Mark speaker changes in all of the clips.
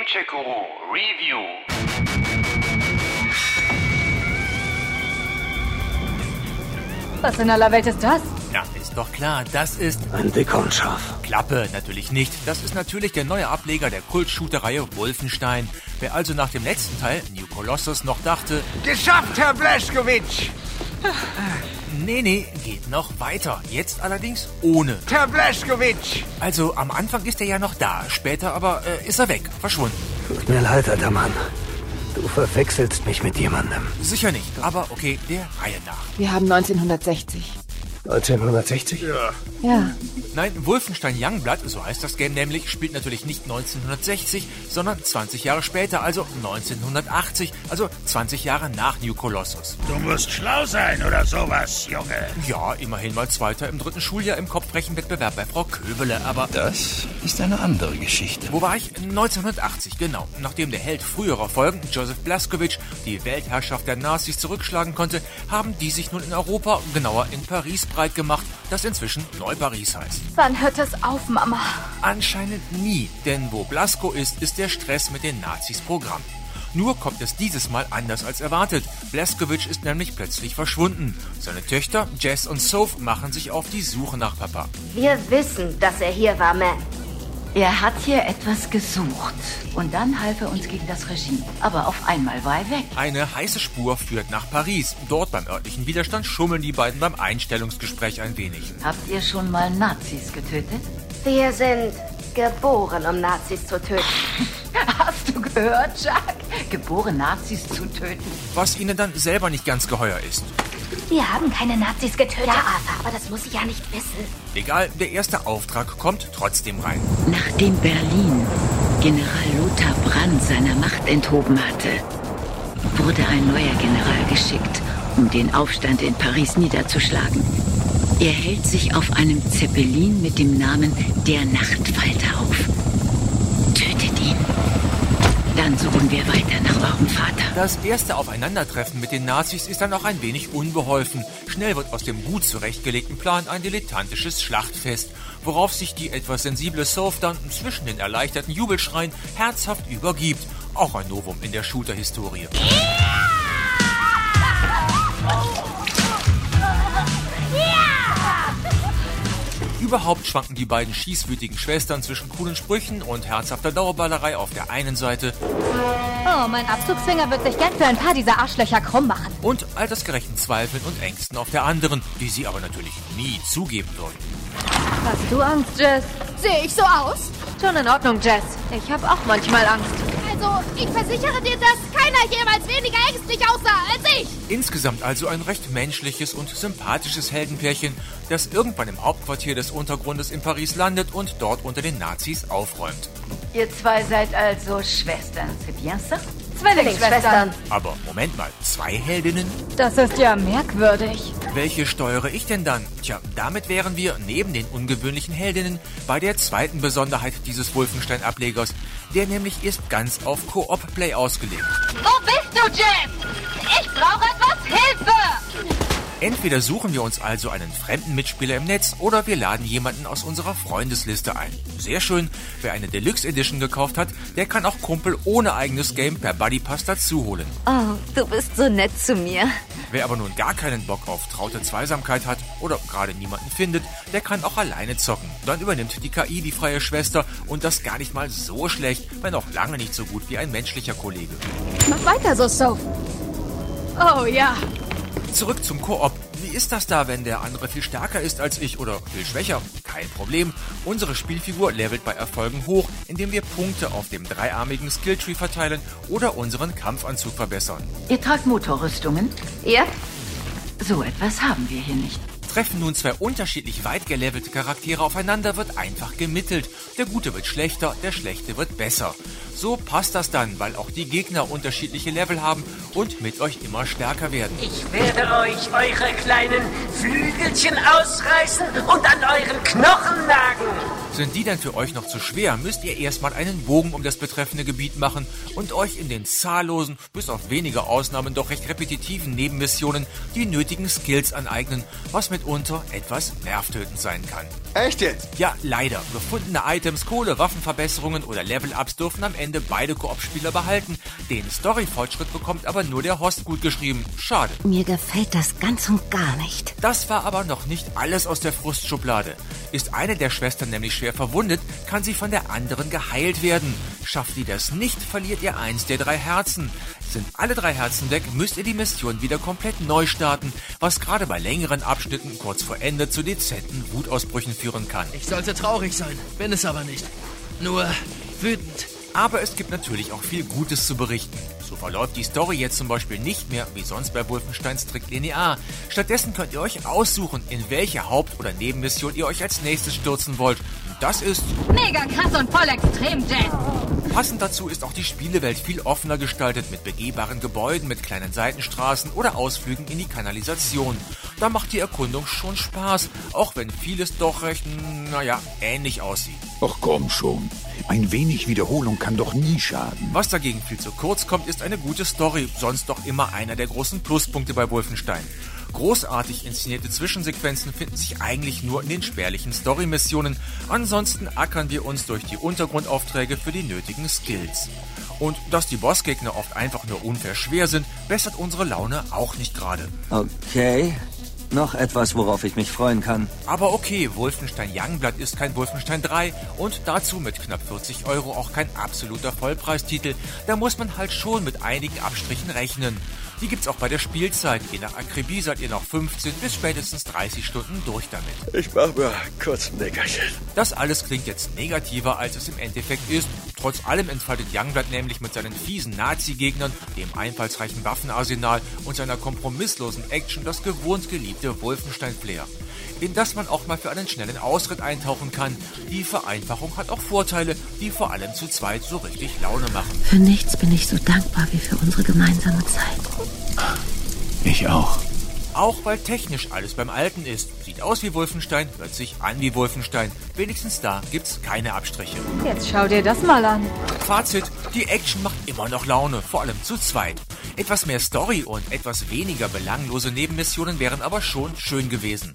Speaker 1: Gadget-Guru Review.
Speaker 2: Was in aller Welt ist das?
Speaker 3: Ja, ist doch klar, das ist
Speaker 4: Ein Dickhandschaf.
Speaker 3: Klappe, natürlich nicht. Das ist natürlich der neue Ableger der Kultshooter-Reihe Wolfenstein. Wer also nach dem letzten Teil, New Colossus, noch dachte,
Speaker 5: Geschafft, Herr Blaschkowitsch!
Speaker 3: nee, nee, geht noch weiter. Jetzt allerdings ohne.
Speaker 5: Herr Blaschkowitsch!
Speaker 3: Also am Anfang ist er ja noch da, später aber äh, ist er weg, verschwunden.
Speaker 4: Tut mir leid, alter Mann. Du verwechselst mich mit jemandem.
Speaker 3: Sicher nicht, aber okay, der Reihe nach.
Speaker 2: Wir haben 1960.
Speaker 4: 1960? Ja.
Speaker 2: Ja,
Speaker 3: Nein, Wolfenstein Youngblood, so heißt das Game nämlich, spielt natürlich nicht 1960, sondern 20 Jahre später, also 1980, also 20 Jahre nach New Colossus.
Speaker 6: Du musst schlau sein oder sowas, Junge.
Speaker 3: Ja, immerhin mal Zweiter im dritten Schuljahr im Kopfbrechenwettbewerb bei Frau Köbele, aber...
Speaker 6: Das ist eine andere Geschichte.
Speaker 3: Wo war ich? 1980, genau. Nachdem der Held früherer Folgen, Joseph Blaskowitz, die Weltherrschaft der Nazis zurückschlagen konnte, haben die sich nun in Europa, genauer in Paris, breit gemacht, das inzwischen Neu-Paris heißt.
Speaker 2: wann hört das auf, Mama?
Speaker 3: Anscheinend nie, denn wo Blasko ist, ist der Stress mit den Nazis Programm. Nur kommt es dieses Mal anders als erwartet. Blaskowitz ist nämlich plötzlich verschwunden. Seine Töchter, Jess und Soph, machen sich auf die Suche nach Papa.
Speaker 7: Wir wissen, dass er hier war, Man. Er hat hier etwas gesucht. Und dann half er uns gegen das Regime. Aber auf einmal war er weg.
Speaker 3: Eine heiße Spur führt nach Paris. Dort beim örtlichen Widerstand schummeln die beiden beim Einstellungsgespräch ein wenig.
Speaker 8: Habt ihr schon mal Nazis getötet?
Speaker 7: Wir sind geboren, um Nazis zu töten.
Speaker 8: Hast du gehört, Jack? Geborene Nazis zu töten.
Speaker 3: Was ihnen dann selber nicht ganz geheuer ist.
Speaker 2: Wir haben keine Nazis getötet.
Speaker 7: aber das muss ich ja nicht wissen.
Speaker 3: Egal, der erste Auftrag kommt trotzdem rein.
Speaker 8: Nachdem Berlin General Lothar Brand seiner Macht enthoben hatte, wurde ein neuer General geschickt, um den Aufstand in Paris niederzuschlagen. Er hält sich auf einem Zeppelin mit dem Namen der Nachtfalter auf. Tötet ihn. Dann suchen wir weiter nach eurem Vater.
Speaker 3: Das erste Aufeinandertreffen mit den Nazis ist dann auch ein wenig unbeholfen. Schnell wird aus dem gut zurechtgelegten Plan ein dilettantisches Schlachtfest, worauf sich die etwas sensible Soph dann zwischen den erleichterten Jubelschreien herzhaft übergibt. Auch ein Novum in der Shooter-Historie. Überhaupt schwanken die beiden schießwütigen Schwestern zwischen coolen Sprüchen und herzhafter Dauerballerei auf der einen Seite
Speaker 2: Oh, mein Abzugsfinger wird sich gern für ein paar dieser Arschlöcher krumm machen.
Speaker 3: und altersgerechten Zweifeln und Ängsten auf der anderen, die sie aber natürlich nie zugeben würden.
Speaker 2: Hast du Angst, Jess?
Speaker 9: Sehe ich so aus?
Speaker 2: Schon in Ordnung, Jess. Ich habe auch manchmal Angst.
Speaker 9: Also, ich versichere dir, dass keiner jemals weniger ängstlich aussah als ich.
Speaker 3: Insgesamt also ein recht menschliches und sympathisches Heldenpärchen, das irgendwann im Hauptquartier des Untergrundes in Paris landet und dort unter den Nazis aufräumt.
Speaker 8: Ihr zwei seid also Schwestern, c'est bien ça?
Speaker 2: Zwillingsschwestern.
Speaker 3: Aber Moment mal, zwei Heldinnen?
Speaker 2: Das ist ja merkwürdig.
Speaker 3: Welche steuere ich denn dann? Tja, damit wären wir neben den ungewöhnlichen Heldinnen bei der zweiten Besonderheit dieses Wolfenstein-Ablegers, der nämlich ist ganz auf Koop-Play ausgelegt.
Speaker 9: Wo bist du, Jess? Ich brauche etwas Hilfe.
Speaker 3: Entweder suchen wir uns also einen fremden Mitspieler im Netz oder wir laden jemanden aus unserer Freundesliste ein. Sehr schön, wer eine Deluxe Edition gekauft hat, der kann auch Kumpel ohne eigenes Game per Buddypass dazuholen.
Speaker 10: Oh, du bist so nett zu mir.
Speaker 3: Wer aber nun gar keinen Bock auf traute Zweisamkeit hat oder gerade niemanden findet, der kann auch alleine zocken. Dann übernimmt die KI die freie Schwester und das gar nicht mal so schlecht, wenn auch lange nicht so gut wie ein menschlicher Kollege.
Speaker 2: Mach weiter so, Soph. Oh ja.
Speaker 3: Zurück zum Koop. Wie ist das da, wenn der andere viel stärker ist als ich oder viel schwächer? Kein Problem. Unsere Spielfigur levelt bei Erfolgen hoch, indem wir Punkte auf dem dreiarmigen Skilltree verteilen oder unseren Kampfanzug verbessern.
Speaker 8: Ihr tragt Motorrüstungen?
Speaker 7: Ja?
Speaker 8: So etwas haben wir hier nicht.
Speaker 3: Treffen nun zwei unterschiedlich weit gelevelte Charaktere aufeinander, wird einfach gemittelt. Der Gute wird schlechter, der Schlechte wird besser. So passt das dann, weil auch die Gegner unterschiedliche Level haben und mit euch immer stärker werden.
Speaker 11: Ich werde euch eure kleinen Flügelchen ausreißen und an euren Knochen nagen.
Speaker 3: Sind die denn für euch noch zu schwer, müsst ihr erstmal einen Bogen um das betreffende Gebiet machen und euch in den zahllosen, bis auf wenige Ausnahmen doch recht repetitiven Nebenmissionen die nötigen Skills aneignen, was mitunter etwas nervtötend sein kann.
Speaker 5: Echt jetzt?
Speaker 3: Ja, leider. Gefundene Items, Kohle, Waffenverbesserungen oder Level-Ups dürfen am Ende Ende beide Koop-Spieler behalten. Den Story-Fortschritt bekommt aber nur der Host gut geschrieben. Schade.
Speaker 12: Mir gefällt das ganz und gar nicht.
Speaker 3: Das war aber noch nicht alles aus der Frustschublade. Ist eine der Schwestern nämlich schwer verwundet, kann sie von der anderen geheilt werden. Schafft die das nicht, verliert ihr eins der drei Herzen. Sind alle drei Herzen weg, müsst ihr die Mission wieder komplett neu starten, was gerade bei längeren Abschnitten kurz vor Ende zu dezenten Wutausbrüchen führen kann.
Speaker 13: Ich sollte traurig sein, bin es aber nicht. Nur wütend.
Speaker 3: Aber es gibt natürlich auch viel Gutes zu berichten. So verläuft die Story jetzt zum Beispiel nicht mehr wie sonst bei Wolfenstein strikt linear. Stattdessen könnt ihr euch aussuchen, in welche Haupt- oder Nebenmission ihr euch als nächstes stürzen wollt. Und das ist
Speaker 2: Mega krass und voll extrem, Jet.
Speaker 3: Passend dazu ist auch die Spielewelt viel offener gestaltet mit begehbaren Gebäuden, mit kleinen Seitenstraßen oder Ausflügen in die Kanalisation. Da macht die Erkundung schon Spaß, auch wenn vieles doch recht, hm, naja, ähnlich aussieht.
Speaker 14: Ach komm schon, ein wenig Wiederholung kann doch nie schaden.
Speaker 3: Was dagegen viel zu kurz kommt, ist eine gute Story, sonst doch immer einer der großen Pluspunkte bei Wolfenstein. Großartig inszenierte Zwischensequenzen finden sich eigentlich nur in den spärlichen Story-Missionen. Ansonsten ackern wir uns durch die Untergrundaufträge für die nötigen Skills. Und dass die Bossgegner oft einfach nur unfair schwer sind, bessert unsere Laune auch nicht gerade.
Speaker 15: Okay, noch etwas, worauf ich mich freuen kann.
Speaker 3: Aber okay, Wolfenstein Youngblood ist kein Wolfenstein 3 und dazu mit knapp 40 Euro auch kein absoluter Vollpreistitel. Da muss man halt schon mit einigen Abstrichen rechnen. Die gibt's auch bei der Spielzeit. Je nach Akribie seid ihr nach 15 bis spätestens 30 Stunden durch damit.
Speaker 16: Ich mach mir kurz ein Nickerchen.
Speaker 3: Das alles klingt jetzt negativer, als es im Endeffekt ist. Trotz allem entfaltet Youngblood nämlich mit seinen fiesen Nazi-Gegnern, dem einfallsreichen Waffenarsenal und seiner kompromisslosen Action das gewohnt geliebte Wolfenstein-Flair. In das man auch mal für einen schnellen Ausritt eintauchen kann. Die Vereinfachung hat auch Vorteile, die vor allem zu zweit so richtig Laune machen.
Speaker 12: Für nichts bin ich so dankbar wie für unsere gemeinsame Zeit.
Speaker 6: Ich auch.
Speaker 3: Auch weil technisch alles beim Alten ist. Sieht aus wie Wolfenstein, hört sich an wie Wolfenstein. Wenigstens da gibt's keine Abstriche.
Speaker 2: Jetzt schau dir das mal an.
Speaker 3: Fazit, die Action macht immer noch Laune, vor allem zu zweit. Etwas mehr Story und etwas weniger belanglose Nebenmissionen wären aber schon schön gewesen.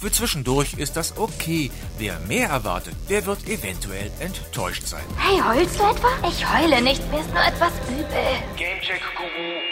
Speaker 3: Für zwischendurch ist das okay. Wer mehr erwartet, der wird eventuell enttäuscht sein.
Speaker 9: Hey, heulst du etwa? Ich heule nicht, mir ist nur etwas übel.
Speaker 1: Gamecheck Guru